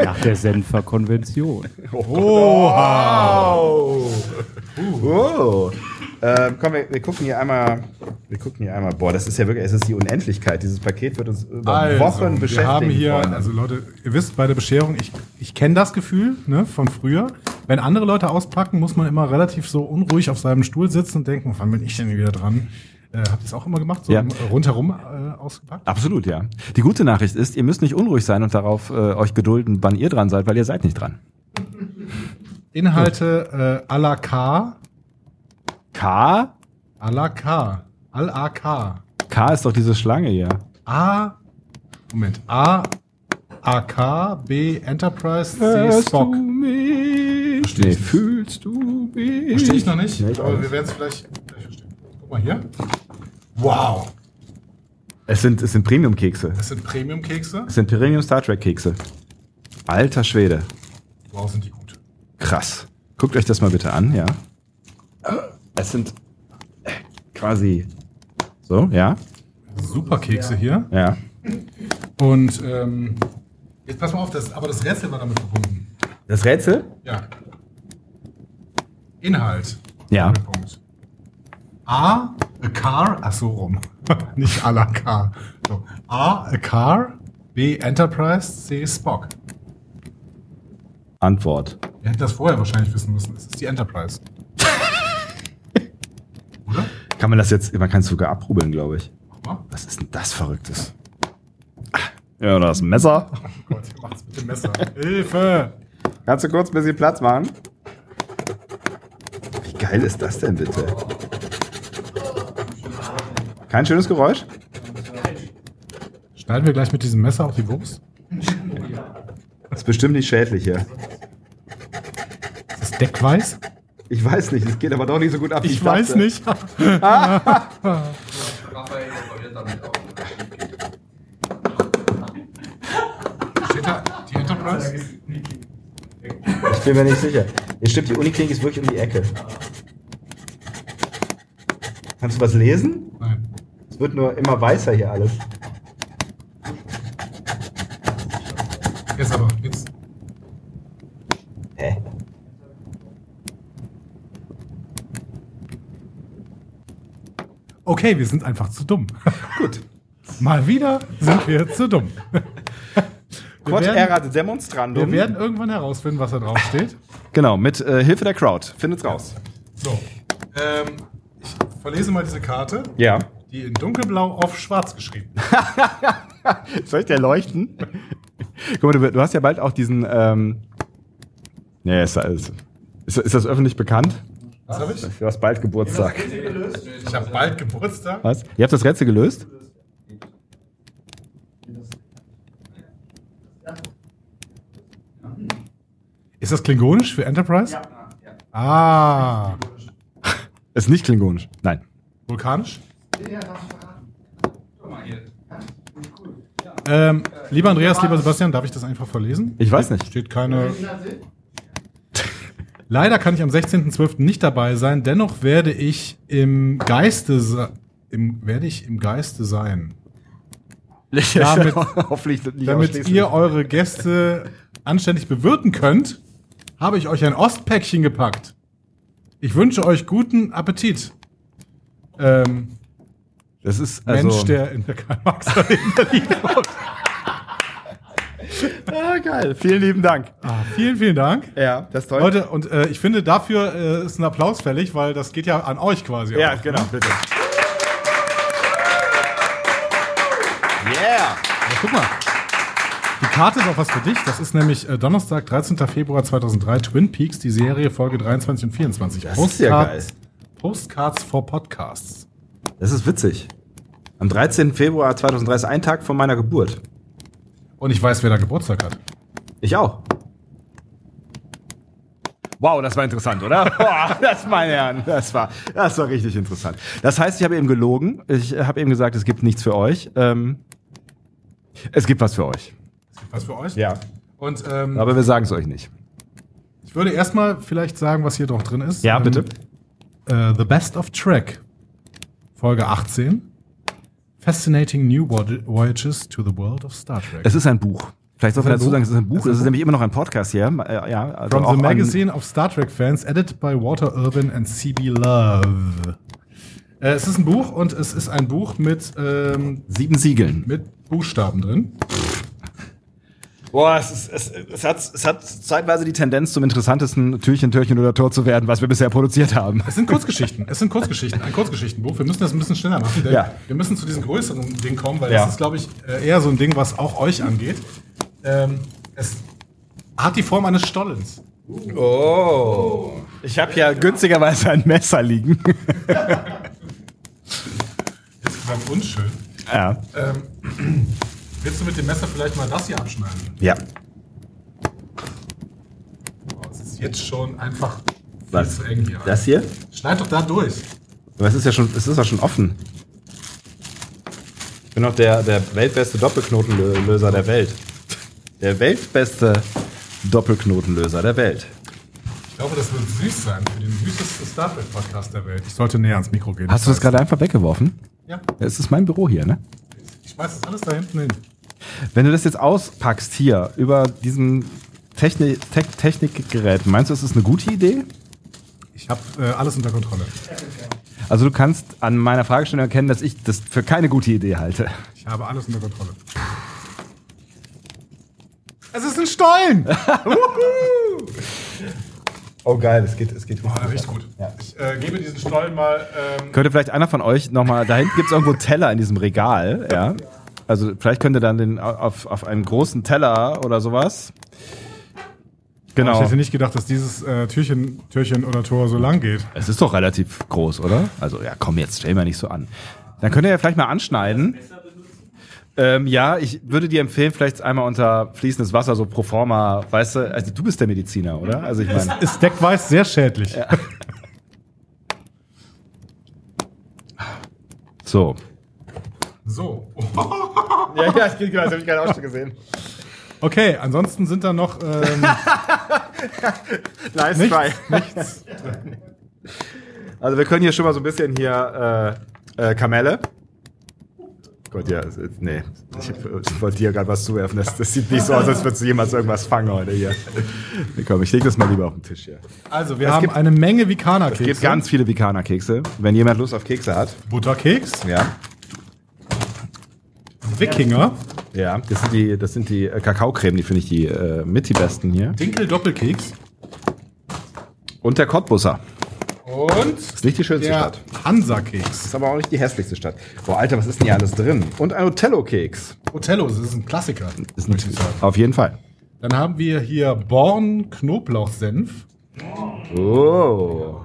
F: Nach der Senfer Konvention.
B: Oha.
A: Oh. Ähm, komm, wir, wir gucken hier einmal. Wir gucken hier einmal. Boah, das ist ja wirklich, es ist die Unendlichkeit. Dieses Paket wird uns über
B: Also,
A: Wochen beschäftigen.
B: Wir haben hier,
A: Freunde.
B: also Leute, ihr wisst bei der Bescherung, ich, ich kenne das Gefühl ne, von früher. Wenn andere Leute auspacken, muss man immer relativ so unruhig auf seinem Stuhl sitzen und denken, wann bin ich denn wieder dran? Äh, habt ihr es auch immer gemacht? So
A: Ja.
B: im- äh, rundherum äh, ausgepackt?
A: Absolut, ja. Die gute Nachricht ist, ihr müsst nicht unruhig sein und darauf äh, euch gedulden, wann ihr dran seid, weil ihr seid nicht dran.
B: Inhalte äh, à la K.
A: K?
B: À la K. À la K.
A: K ist doch diese Schlange hier.
B: A. Moment. A. AK. B. Enterprise. C. Spock.
A: mich? Nee, fühlst du mich?
B: Verstehe ich noch nicht,
A: Nee, ich auch
B: aber
A: nicht.
B: wir werden es vielleicht gleich verstehen. Guck mal hier. Wow,
A: Es sind, es sind Premium-Kekse.
B: das sind Premium-Kekse.
A: Es sind Premium-Star Trek-Kekse. Alter Schwede.
B: Wow, sind die gut.
A: Krass. Guckt euch das mal bitte an, ja. Es sind äh, quasi so, ja,
B: Super Kekse hier.
A: ja.
B: Und ähm, jetzt pass mal auf, das, aber das Rätsel war damit verbunden.
A: Das Rätsel?
B: Ja. Inhalt.
A: Ja.
B: Doppelpunkt. A, a car, ach so rum. nicht à la car. So. A, a car. B, Enterprise. C, Spock.
A: Antwort.
B: Ihr hättet das vorher wahrscheinlich wissen müssen. Es ist die Enterprise. Oder?
A: Kann man das jetzt, man kann es sogar abrubbeln, glaube ich.
B: Mach mal.
A: Was ist denn das Verrücktes? Ah, Ja, das Messer.
B: Oh Gott, ihr macht's mit dem Messer. Hilfe!
A: Kannst du kurz ein bisschen Platz machen? Wie geil ist das denn bitte? Kein schönes Geräusch?
B: Schneiden wir gleich mit diesem Messer auf die Wurst?
A: Das ist bestimmt nicht schädlich hier.
B: Ist das deckweiß?
A: Ich weiß nicht, es geht aber doch nicht so gut ab. wie dachte.
B: nicht.
E: Raphael operiert damit auch.
A: was?
E: Ich bin mir nicht sicher. Hier stimmt, die Uniklinik ist wirklich um die Ecke. Kannst du was lesen?
B: Nein.
E: Es wird nur immer weißer hier alles.
B: Jetzt aber. Jetzt.
E: Hä?
B: Okay, wir sind einfach zu dumm. Gut. Mal wieder sind wir zu dumm.
A: Quod
B: werden-
A: erat demonstrandum.
B: Wir werden irgendwann herausfinden, was da drauf steht.
A: genau, mit äh, Hilfe der Crowd. Findet's raus.
B: So. Ähm, ich verlese mal diese Karte,
A: Ja.
B: die in dunkelblau auf schwarz geschrieben ist.
A: Soll ich dir leuchten? Guck mal, du, du hast ja bald auch diesen. Ähm, nee, ist, ist, ist, ist das öffentlich bekannt?
B: Was habe ich?
A: Du hast bald Geburtstag.
B: Ich habe bald Geburtstag.
A: Was? Ihr habt das Rätsel gelöst?
B: Ist das klingonisch für Enterprise? Ja. Ah.
A: Ist nicht klingonisch. Nein.
B: Vulkanisch? Ähm, lieber Andreas, lieber Sebastian, darf ich das einfach verlesen?
A: Ich
E: Hm?
A: weiß nicht.
B: Steht keine. Leider kann ich am 16.12. nicht dabei sein, dennoch werde ich im Geiste se- im, werde ich im Geiste sein. Damit-
A: hoffentlich nicht
B: Damit
A: ausschließlich.
B: ihr eure Gäste anständig bewirten könnt, habe ich euch ein Ostpäckchen gepackt. Ich wünsche euch guten Appetit. Ähm,
A: Das ist also.
B: Mensch, der in der Karl-Marx-Arena liegt.
A: Ah, geil. Vielen lieben Dank.
B: Ah, vielen, vielen Dank.
A: Ja, das toll.
B: Leute, und äh, ich finde, dafür äh, ist ein Applaus fällig, weil das geht ja an euch quasi.
A: Ja,
B: auch. ne?
A: genau, bitte. Yeah!
B: Aber guck mal. Die Karte ist auch was für dich. Das ist nämlich äh, Donnerstag, 13. Februar 2003, Twin Peaks, die Serie Folge 23 und 24.
A: Das ist ja geil.
B: Postcards for Podcasts.
A: Das ist witzig. Am 13. Februar 2003 ist ein Tag vor meiner Geburt.
B: Und ich weiß, wer da Geburtstag hat.
A: Ich auch. Wow, das war interessant, oder? Boah, das, meine Herren, das war, das war richtig interessant. Das heißt, ich habe eben gelogen. Ich äh, habe eben gesagt, es gibt nichts für euch. Ähm, es gibt was für euch.
B: Was für euch?
A: Ja.
B: Und ähm,
A: Aber wir sagen es euch nicht.
B: ich würde erstmal vielleicht sagen, was hier doch drin ist.
A: Ja,
B: Ähm,
A: bitte.
B: Äh, The Best of Trek, Folge 18. Fascinating New Voy- Voyages to the World of Star Trek.
A: Es ist ein Buch. Vielleicht soll man
B: ein
A: dazu
B: Buch?
A: sagen, es ist ein Buch. Es ist nämlich immer noch ein Podcast hier. Äh, Ja, also
B: From
A: auch
B: the
A: an-
B: Magazine of Star Trek Fans, edited by Walter Irvin and C.B. Love. Äh, es ist ein Buch und es ist ein Buch mit, ähm,
A: Sieben Siegeln.
B: mit Buchstaben drin.
A: Boah, es, ist, es, es, hat, es hat zeitweise die Tendenz, zum interessantesten Türchen, Türchen oder Tor zu werden, was wir bisher produziert haben.
B: Es sind Kurzgeschichten. Es sind Kurzgeschichten. Ein Kurzgeschichtenbuch. Wir müssen das ein bisschen schneller machen, denn
A: Ja.
B: wir müssen zu diesem größeren Ding kommen, weil
A: Ja.
B: das ist, glaube ich, äh, eher so ein Ding, was auch euch angeht. Ähm, es hat die Form eines Stollens.
A: Oh. Ich habe ja günstigerweise ein Messer liegen.
B: Das ist ganz unschön.
A: Ja.
B: Ähm, willst du mit dem Messer vielleicht mal das hier abschneiden?
A: Ja.
B: Boah, Oh, es ist jetzt schon einfach viel
A: Was?
B: zu eng hier.
A: Das hier?
B: Schneid doch da durch.
A: Aber es ist ja schon, es ist ja schon offen. Ich bin doch der, der weltbeste Doppelknotenlöser der Welt. Der weltbeste Doppelknotenlöser der Welt.
B: Ich glaube, das wird süß sein für den süßesten Star Trek Podcast der Welt. Ich sollte näher ans Mikro gehen.
A: Hast du das gerade einfach weggeworfen?
B: Ja.
A: Es ist mein Büro hier, ne?
B: Ich schmeiß das alles da hinten hin.
A: Wenn du das jetzt auspackst hier über diesen Techni Te Technikgerät, meinst du, es ist eine gute Idee?
B: Ich habe äh, alles unter Kontrolle.
A: Also du kannst an meiner Fragestellung erkennen, dass ich das für keine gute Idee halte.
B: Ich habe alles unter Kontrolle. Es ist ein Stollen!
E: Oh geil, es geht, es geht
B: Boah, riecht Oh, gut. Ich äh, gebe diesen Stollen mal. Ähm,
A: Könnte vielleicht einer von euch nochmal, da hinten gibt es irgendwo Teller in diesem Regal, ja. Also vielleicht könnt ihr dann den auf, auf einem großen Teller oder sowas.
B: Ich
A: Genau.
B: hätte nicht gedacht, dass dieses äh, Türchen, Türchen oder Tor so lang geht.
A: Es ist doch relativ groß, oder? Also ja, komm jetzt, stell mal nicht so an. Dann könnt ihr ja vielleicht mal anschneiden. Ähm, ja, ich würde dir empfehlen, vielleicht einmal unter fließendes Wasser, so pro forma, weißt du, also du bist der Mediziner, oder? Also ich meine.
B: Ist deckweiß sehr schädlich.
A: So.
B: So.
A: Ja, ja, ich, genau, das habe ich gerade auch schon gesehen.
B: Okay, ansonsten sind da noch ähm,
A: Nice try.
B: nichts, nichts.
A: Also wir können hier schon mal so ein bisschen hier äh, äh, Kamelle. Gott, ja, es- es- nee. Ich, ich wollte dir gerade was zuwerfen. Das, das sieht nicht so aus, als würdest du jemals irgendwas fangen heute hier. Nee, komm, ich leg das mal lieber auf den Tisch hier.
B: Also, wir
A: Es
B: haben
A: gibt-
B: eine Menge
A: Es
B: Vikana-Kekse.
A: gibt ganz viele Vikaner-Kekse. Wenn jemand Lust auf Kekse hat.
B: Butterkeks,
A: Ja.
B: Wikinger,
A: Ja, das sind die, das sind die äh, Kakaocreme, die finde ich die äh, mit die besten hier.
B: Dinkel-Doppelkeks
A: Und der Cottbusser.
B: und
A: Ist nicht die schönste
B: der
A: Stadt.
B: Hansa-Keks.
A: Ist aber auch nicht die hässlichste Stadt. Boah, Alter, was ist denn hier alles drin? Und ein Othello-Keks.
B: Othello, das ist ein Klassiker.
A: Ist
B: möchte ich
A: ein-
B: sagen.
A: Auf jeden Fall.
B: Dann haben wir hier Born-Knoblauchsenf.
A: Oh.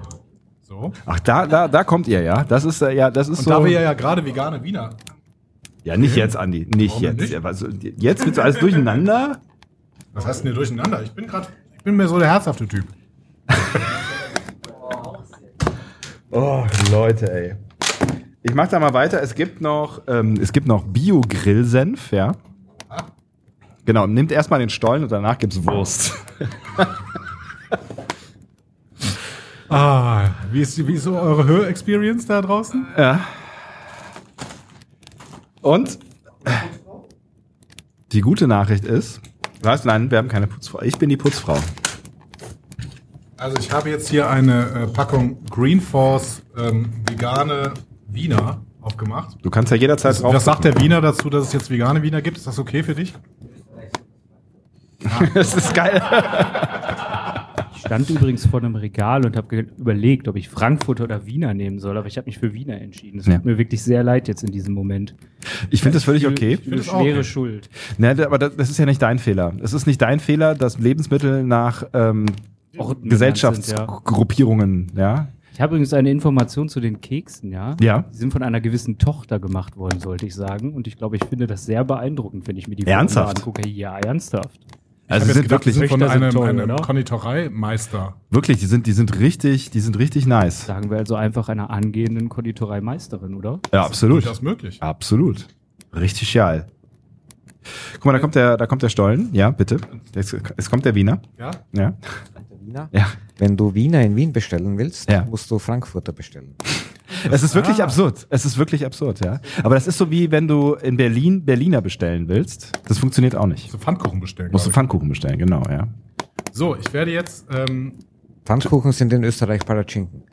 B: So.
A: Ach, da, da, da kommt ihr, ja. Das ist äh, ja, das ist
B: Und
A: so.
B: da wir ja gerade vegane Wiener.
A: ja, nicht jetzt, Andi. Nicht
B: Warum
A: jetzt.
B: nicht?
A: Ja, was, jetzt wird so alles durcheinander.
B: Was heißt denn hier durcheinander? Ich bin gerade, ich bin mehr so der herzhafte Typ.
A: Oh, Leute, ey. Ich mach da mal weiter. Es gibt noch, ähm, es gibt noch Bio-Grillsenf, ja. Genau, nimmt erstmal den Stollen und danach gibt's Wurst.
B: Ah, wie ist, wie ist so eure Hör-Experience da draußen?
A: Und die gute Nachricht ist, weißt du, nein, wir haben keine Putzfrau. Ich bin die Putzfrau.
B: Also ich habe jetzt hier eine äh, Packung Green Force ähm, vegane Wiener aufgemacht.
A: Du kannst ja jederzeit drauf.
B: Was sagt der Wiener dazu, dass es jetzt vegane Wiener gibt? Ist das okay für
A: Also
B: dich?
A: Das ist geil.
F: Ich stand übrigens vor einem Regal und habe überlegt, ob ich Frankfurter oder Wiener nehmen soll, aber ich habe mich für Wiener entschieden. Es
A: Ja.
F: tut mir wirklich sehr leid jetzt in diesem Moment.
A: Ich finde das völlig okay.
F: Ich fühle
B: das auch
F: schwere
B: okay.
F: Schuld.
A: Ne, da- aber das, das ist ja nicht dein Fehler. Es ist nicht dein Fehler, dass Lebensmittel nach ähm,
F: Auch benannt sind, ja.
A: Gesellschaftsgruppierungen, ja.
F: Ich habe übrigens eine Information zu den Keksen, ja?
A: Ja.
F: Die sind von einer gewissen Tochter gemacht worden, sollte ich sagen. Und ich glaube, ich finde das sehr beeindruckend, wenn ich mir die Fotos
A: Ernsthaft?
F: angucke. Ja, ernsthaft.
A: Also die sind
B: Ich hab jetzt gedacht, die
A: wirklich,
B: sind von
F: Töchter sind
B: einem,
F: toll,
A: ne?
B: einem
F: oder?
B: Konditoreimeister.
A: wirklich, die sind, die sind richtig, die sind richtig nice.
F: Sagen wir also einfach einer angehenden Konditoreimeisterin, oder?
A: Ja,
B: Ist
A: absolut.
B: das möglich?
A: Absolut. Richtig geil. Guck mal, da kommt der, da kommt der Stollen. Ja, bitte. Jetzt, es kommt der Wiener.
B: Ja?
A: Ja.
E: Wiener?
A: Ja.
E: Wenn du Wiener in Wien bestellen willst,
A: Ja.
E: musst du Frankfurter bestellen.
A: Es ist wirklich absurd. Es ist wirklich absurd, ja. Aber das ist so wie wenn du in Berlin Berliner bestellen willst. Das funktioniert auch nicht.
B: Musst du Pfannkuchen bestellen.
A: Musst du
B: glaub
A: Pfannkuchen bestellen, genau, ja.
B: ich. so, ich werde jetzt ähm,
E: Pfannkuchen sind in Österreich Palatschinken.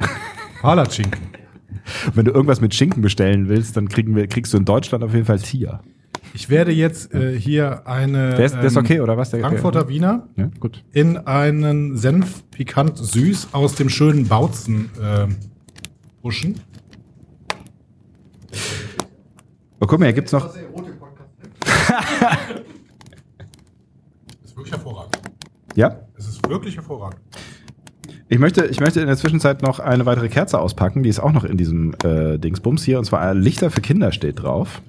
B: Palatschinken.
A: Wenn du irgendwas mit Schinken bestellen willst, dann kriegen wir, kriegst du in Deutschland auf jeden Fall Tier.
B: Ich werde jetzt äh, hier eine ähm,
A: Der ist, der ist okay, oder was? Der,
B: Frankfurter Wiener
A: Der, ja, ne? gut.
B: in einen Senf pikant süß aus dem schönen Bautzen ähm, huschen.
A: Oh, guck mal, hier gibt's noch.
B: Ist wirklich hervorragend.
A: Ja.
B: Es ist wirklich hervorragend.
A: Ich möchte, ich möchte in der Zwischenzeit noch eine weitere Kerze auspacken, die ist auch noch in diesem äh, Dingsbums hier. Und zwar Lichter für Kinder steht drauf.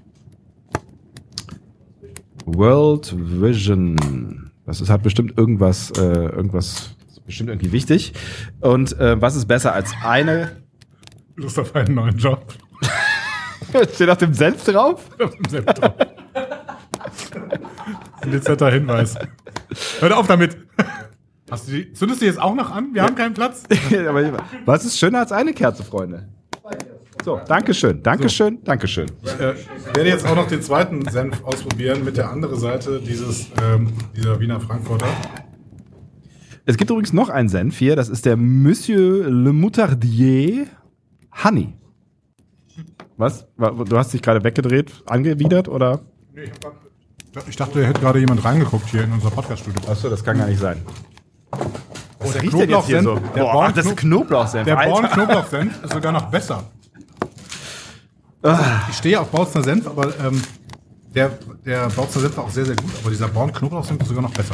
A: World Vision. Das ist, hat bestimmt irgendwas, äh, irgendwas ist bestimmt irgendwie wichtig. Und äh, was ist besser als eine?
B: Lust auf einen neuen Job.
A: steht auf dem Senf drauf?
B: Im September. Ein dezenter Hinweis. Hört auf damit. Hast du die, zündest du die jetzt auch noch an? Wir haben keinen Platz.
A: Aber ich- was ist schöner als eine Kerze, Freunde? So, Dankeschön, Dankeschön, Dankeschön.
B: Ich äh, werde jetzt auch noch den zweiten Senf ausprobieren mit der anderen Seite dieses, ähm, dieser Wiener Frankfurter.
A: Es gibt übrigens noch einen Senf hier, das ist der Monsieur Le Moutardier Honey. Was? Wa- Du hast dich gerade weggedreht, angewidert oder?
B: Ich dachte, da hätte gerade jemand reingeguckt hier in unser Podcast-Studio.
A: Achso, das kann gar nicht sein.
B: Oh, der
A: Der
B: Der
A: Boah,
B: Born,
A: ach, das ist Knoblauchsenf.
B: der Born
A: Alter.
B: Knoblauchsenf ist sogar noch besser.
A: Ah.
B: Ich stehe auf Bautzner Senf, aber ähm, der, der Bautzner Senf war auch sehr, sehr gut. Aber dieser Born Knoblauchsenf ist sogar noch besser.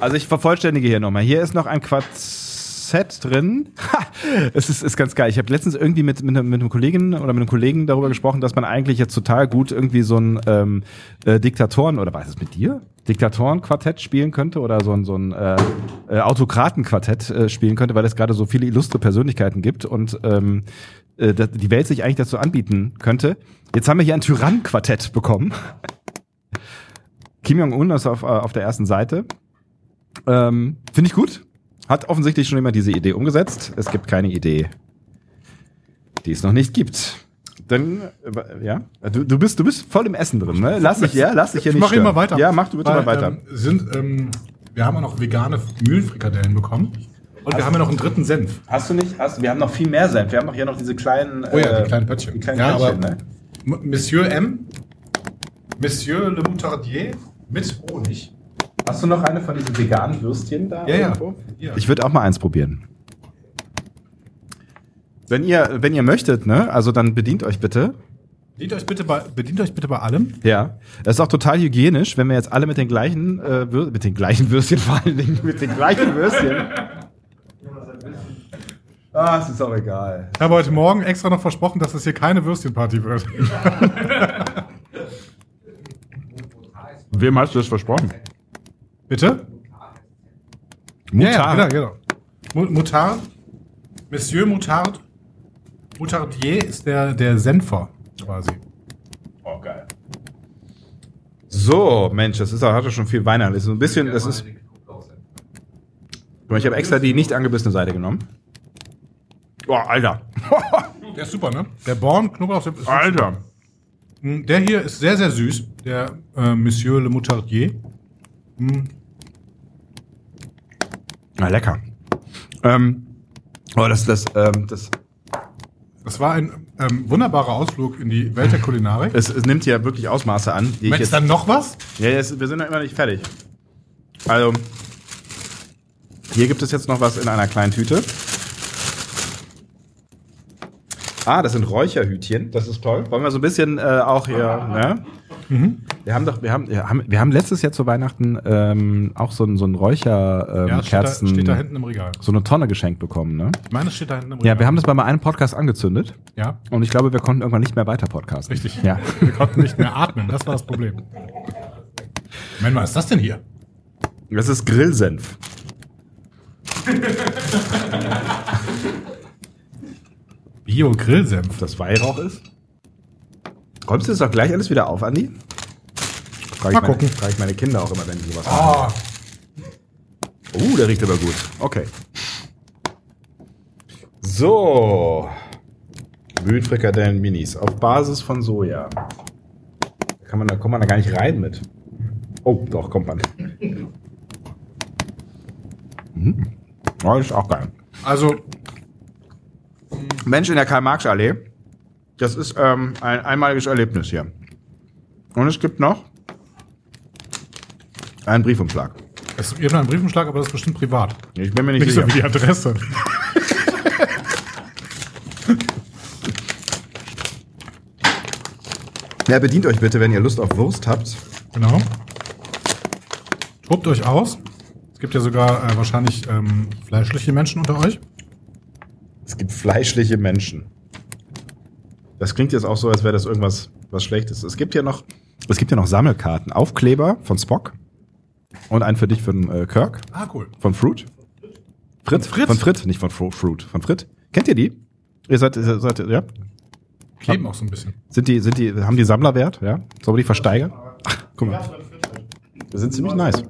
A: Also ich vervollständige hier nochmal. Hier ist noch ein Quartett drin. Ha, es ist, ist ganz geil. Ich habe letztens irgendwie mit, mit, einem- mit einem Kollegen oder mit einem Kollegen darüber gesprochen, dass man eigentlich jetzt total gut irgendwie so ein ähm, äh, Diktatoren oder was ist mit dir? Diktatorenquartett spielen könnte oder so ein, so ein äh, äh, Autokratenquartett äh, spielen könnte, weil es gerade so viele illustre Persönlichkeiten gibt und ähm, äh, dass die Welt sich eigentlich dazu anbieten könnte. Jetzt haben wir hier ein Tyrann-Quartett bekommen. Kim Jong-un ist auf, äh, auf der ersten Seite. Ähm, Finde ich gut. Hat offensichtlich schon jemand diese Idee umgesetzt. Es gibt keine Idee, die es noch nicht gibt. Dann, äh, ja, du, du, bist, du bist voll im Essen drin, ne? Lass dich, ja, lass dich hier
B: Ich
A: nicht
B: mache immer
A: stören.
B: weiter.
A: Ja, mach du bitte
B: Weil,
A: mal weiter.
B: Ähm, sind, ähm, wir haben ja noch vegane Mühlenfrikadellen bekommen. Und wir haben ja noch einen dritten Senf.
A: Hast du nicht, hast, wir haben noch viel mehr Senf. Wir haben noch hier noch diese kleinen. äh,
B: Oh ja, die kleinen Pöttchen.
A: Die kleinen
B: ja,
A: Pöttchen,
B: aber
A: ne?
B: M- Monsieur M. Monsieur Le Moutardier mit Honig.
A: Hast du noch eine von diesen veganen Würstchen da?
B: Ja, ja.
A: irgendwo?
B: Hier.
A: Ich würde auch mal eins probieren. Wenn ihr, wenn ihr möchtet, ne? Also dann bedient euch bitte.
B: Bedient euch bitte bei, bedient euch bitte bei allem.
A: Ja. Das ist auch total hygienisch, wenn wir jetzt alle mit den gleichen, äh, Wür mit den gleichen Würstchen vor allen Dingen, mit den gleichen Würstchen. Ah, es ist auch egal.
B: Ich habe heute Morgen extra noch versprochen, dass es hier keine Würstchenparty wird.
A: Wem hast du das versprochen?
B: Bitte?
A: Mutar.
B: Ja, ja, genau, genau. Mu- Moutard. Monsieur Moutard. Moutardier ist der, der Senfer quasi.
A: Oh, geil. So, Mensch, das ist auch, hatte schon viel Weihnachtlich. So ein bisschen, das ist. Guck mal, Ich habe extra die nicht angebissene Seite genommen. Oh, Alter.
B: Der ist super, ne? Der Born Knoblauchsenf ist
A: Alter.
B: Mm, Der hier ist sehr, sehr süß. Der äh, Monsieur Le Moutardier.
A: Na, lecker. Ähm, oh, das, das, ähm, das,
B: Das war ein ähm, wunderbarer Ausflug in die Welt der Kulinarik.
A: es, es nimmt ja wirklich Ausmaße an, die ich jetzt.
B: Möchtest du dann noch was?
A: Ja, jetzt, wir sind ja immer nicht fertig. Also, hier gibt es jetzt noch was in einer kleinen Tüte. Ah, das sind Räucherhütchen. Das ist toll. Wollen wir so ein bisschen äh, auch hier, ne? Wir haben doch, wir haben, wir haben, wir haben letztes Jahr zu Weihnachten ähm, auch so ein, so ein Räucherkerzen, ähm,
B: steht da,
A: Kerzen-
B: steht da hinten im Regal.
A: so eine Tonne geschenkt bekommen, ne?
B: Ich meine, es steht da hinten im Regal.
A: Ja, wir haben das bei mal einem Podcast angezündet
B: Ja,
A: und ich glaube, wir konnten irgendwann nicht mehr weiter podcasten.
B: richtig.
A: Ja.
B: Wir konnten nicht mehr atmen. Das war das Problem. Moment mal, was ist das denn hier?
A: Das ist Grillsenf.
B: Bio-Grillsenf.
A: das Weihrauch ist. Räumst du das doch gleich alles wieder auf, Andi? Frag
B: Mal
A: ich meine,
B: gucken.
A: Frag ich meine Kinder auch immer, wenn die sowas machen.
B: Oh,
A: Oh, der riecht aber gut. Okay. So. Mühlfrikadellen Minis auf Basis von Soja. Da, kann man, da kommt man da gar nicht rein mit. Oh, doch, kommt man. Mhm. Oh, das ist auch geil.
B: also,
A: Mensch in der Karl-Marx-Allee. Das ist ähm, ein einmaliges Erlebnis hier. Und es gibt noch einen Briefumschlag.
B: es gibt noch einen Briefumschlag, aber das ist bestimmt privat.
A: Ich bin mir nicht,
B: Nicht so
A: sicher.
B: wie die Adresse.
A: ja, bedient euch bitte, wenn ihr Lust auf Wurst habt.
B: Genau. Tobt euch aus. Es gibt ja sogar äh, wahrscheinlich ähm, fleischliche Menschen unter euch.
A: Es gibt fleischliche Menschen. Das klingt jetzt auch so, als wäre das irgendwas was Schlechtes. Es gibt ja noch, es gibt ja noch Sammelkarten, Aufkleber von Spock und einen für dich von äh, Kirk.
B: Ah, cool.
A: Von Fruit? Fritz?
B: Fritz?
A: Von Fritz, nicht von Fro Fruit. Von Fritz. Kennt ihr die? Ihr seid, ihr seid ja?
B: Kleben auch so ein bisschen.
A: Sind die, sind die, haben die Sammlerwert? Ja? Sollen wir die versteigern? Ach, guck mal. Das sind ziemlich nice.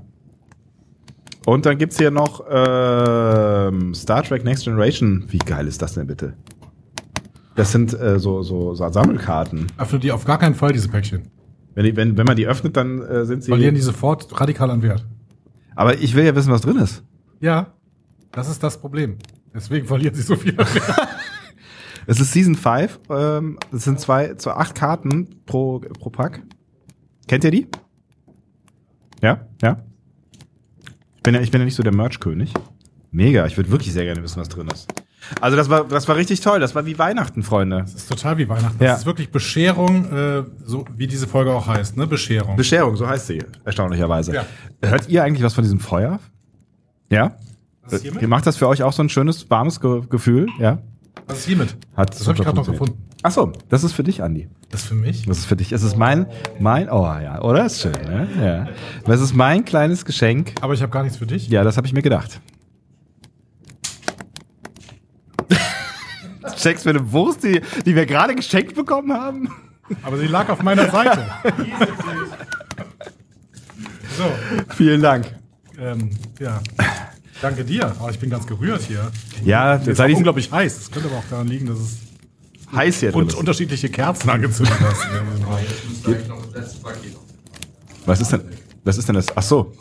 A: Und dann gibt's hier noch ähm, Star Trek Next Generation. Wie geil ist das denn bitte? Das sind äh, so, so, so Sammelkarten.
B: Öffnet ihr auf gar keinen Fall diese Päckchen.
A: Wenn, die, wenn, wenn man die öffnet, dann äh, sind sie.
B: Verlieren die sofort radikal an Wert.
A: Aber ich will ja wissen, was drin ist.
B: Ja, das ist das Problem. Deswegen verlieren sie so viel. an Wert.
A: Es ist Season 5. Ähm, es sind zwei, zwei, acht Karten pro, pro Pack. Kennt ihr die? Ja, ja. Ich bin ja, ich bin ja nicht so der Merch-König. Mega, ich würde wirklich sehr gerne wissen, was drin ist. Also das war, das war richtig toll. Das war wie Weihnachten, Freunde.
B: Das ist total wie Weihnachten.
A: Ja.
B: Das ist wirklich Bescherung, äh, so wie diese Folge auch heißt, ne? Bescherung.
A: Bescherung, so heißt sie, erstaunlicherweise.
B: Ja.
A: Hört ihr eigentlich was von diesem Feuer? Ja?
B: Was ist hiermit?
A: Ihr macht das für euch auch so ein schönes, warmes Ge Gefühl? Ja?
B: Was ist hiermit?
A: Hat
B: Das habe ich
A: super
B: gerade noch
A: funktioniert.
B: gefunden.
A: Ach so, das ist für dich, Andi.
B: Das ist für mich.
A: Das ist für dich. Es ist mein, mein, oh ja, oder? Ist schön, ne? Ja. Es ist mein kleines Geschenk.
B: Aber ich habe gar nichts für dich.
A: Ja, das habe ich mir gedacht. Schenkst mir eine Wurst, die, die wir gerade geschenkt bekommen haben?
B: Aber sie lag auf meiner Seite. So,
A: Vielen Dank.
B: ähm, ja. Danke dir. Oh, ich bin ganz gerührt hier.
A: Ja,
B: Es ist
A: sei
B: auch
A: nicht
B: unglaublich heiß. Es könnte aber auch daran liegen, dass es
A: heiß hier drin.
B: und
A: ist.
B: unterschiedliche Kerzen angezündet hast.
A: Was ist denn? Was ist denn das? Ach so.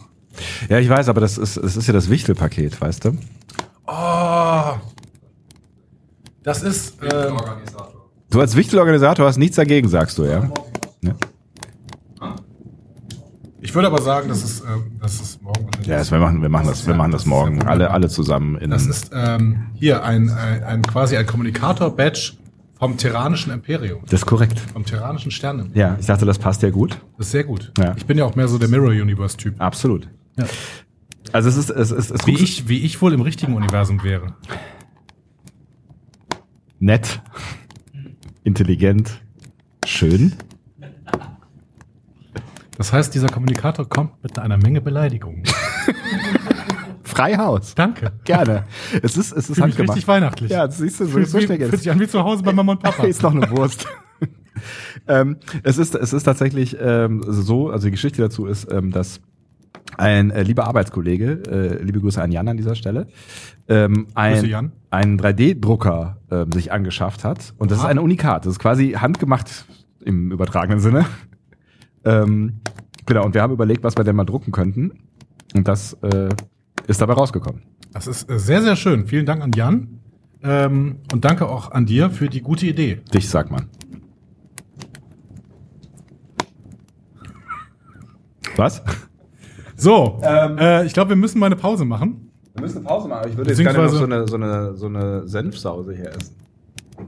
A: Ja, ich weiß, aber das ist, das ist ja das Wichtelpaket, weißt du?
B: oh, das ist. ähm,
A: Du als Wichtelorganisator hast nichts dagegen, sagst du, ja? Ne? Ja,
B: ich würde aber sagen, das ist, ähm, das ist morgen. wahrscheinlich.
A: ja das, wir, machen, wir, machen das, wir machen das morgen. Alle, alle zusammen. In,
B: Das ist ähm, hier ein, ein, ein quasi ein Kommunikator-Badge vom Terranischen Imperium,
A: das ist korrekt.
B: vom Terranischen Stern.
A: Ja, ich dachte, das passt ja gut.
B: Das ist sehr gut.
A: Ja.
B: Ich bin ja auch mehr so der Mirror-Universe-Typ.
A: Absolut.
B: Ja.
A: Also es ist, es ist, es
B: Wie ich, wie ich wohl im richtigen Universum wäre.
A: nett, intelligent, schön.
B: Das heißt, dieser Kommunikator kommt mit einer Menge Beleidigungen.
A: Freihaus.
B: Danke.
A: Gerne. Es ist, es ist
B: Fühl mich
A: handgemacht.
B: richtig weihnachtlich.
A: Ja, das siehst du, so,
B: Fühlt
A: so
B: sich-
A: schnell
B: fühlt
A: geht's.
B: sich an wie zu Hause bei Mama und Papa.
A: Ist noch eine Wurst. ähm, es, ist, es ist tatsächlich ähm, so, also die Geschichte dazu ist, ähm, dass ein äh, lieber Arbeitskollege, äh, liebe Grüße an Jan an dieser Stelle, ähm, ein,
B: Grüße, Jan.
A: einen 3D-Drucker ähm, sich angeschafft hat. Und das
B: Oha.
A: ist eine Unikat. Das ist quasi handgemacht im übertragenen Sinne. ähm, genau, und wir haben überlegt, was wir denn mal drucken könnten. Und das äh, ist dabei rausgekommen.
B: Das ist äh, sehr, sehr schön. Vielen Dank an Jan. Ähm, und danke auch an dir für die gute Idee.
A: Dich sagt man. Was?
B: So,
A: Ähm.
B: äh, ich glaube, wir müssen mal eine Pause machen.
A: Wir müssen eine Pause machen, aber ich würde
B: jetzt gerne noch so
A: eine, so, eine, so eine Senfsause hier essen.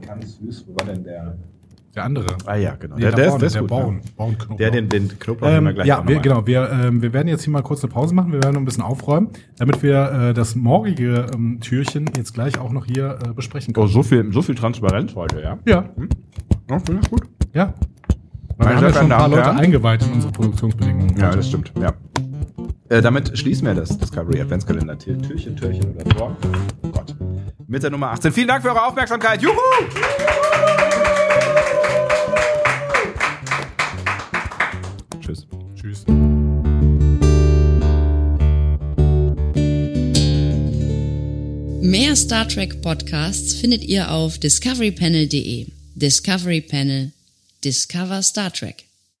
A: Ganz süß, wo war denn der?
B: Der andere.
A: Ah ja, genau.
B: Nee,
A: der, der, ist-
B: Braun-
A: der ist
B: der
A: gut.
B: Braun,
A: ja.
B: Braunknoblauch.
A: Der, den, den Knoblauch nehmen
B: ähm, ja,
A: auch
B: wir,
A: noch mal.
B: genau. Wir, ähm, wir werden jetzt hier mal kurz eine Pause machen. Wir werden noch ein bisschen aufräumen, damit wir äh, das morgige ähm, Türchen jetzt gleich auch noch hier äh, besprechen
A: Oh,
B: können.
A: so viel, so viel Transparenz heute, ja?
B: Ja,
A: Ja, finde ich gut.
B: ja. Weil wir
A: Meine
B: haben ja
A: Mhm. sehr
B: schon ein paar
A: verehrten Damen und
B: Leute
A: Herren.
B: eingeweiht in unsere Produktionsbedingungen.
A: Ja, das stimmt. Ja. Äh, damit schließen wir das Discovery Adventskalender. Tür- Türchen, Türchen oder Tor. Oh Gott. Mit der Nummer 18. Vielen Dank für eure Aufmerksamkeit. Juhu! Tschüss.
B: Tschüss.
G: Mehr Star Trek Podcasts findet ihr auf discoverypanel.de. Discovery Panel. Discover Star Trek.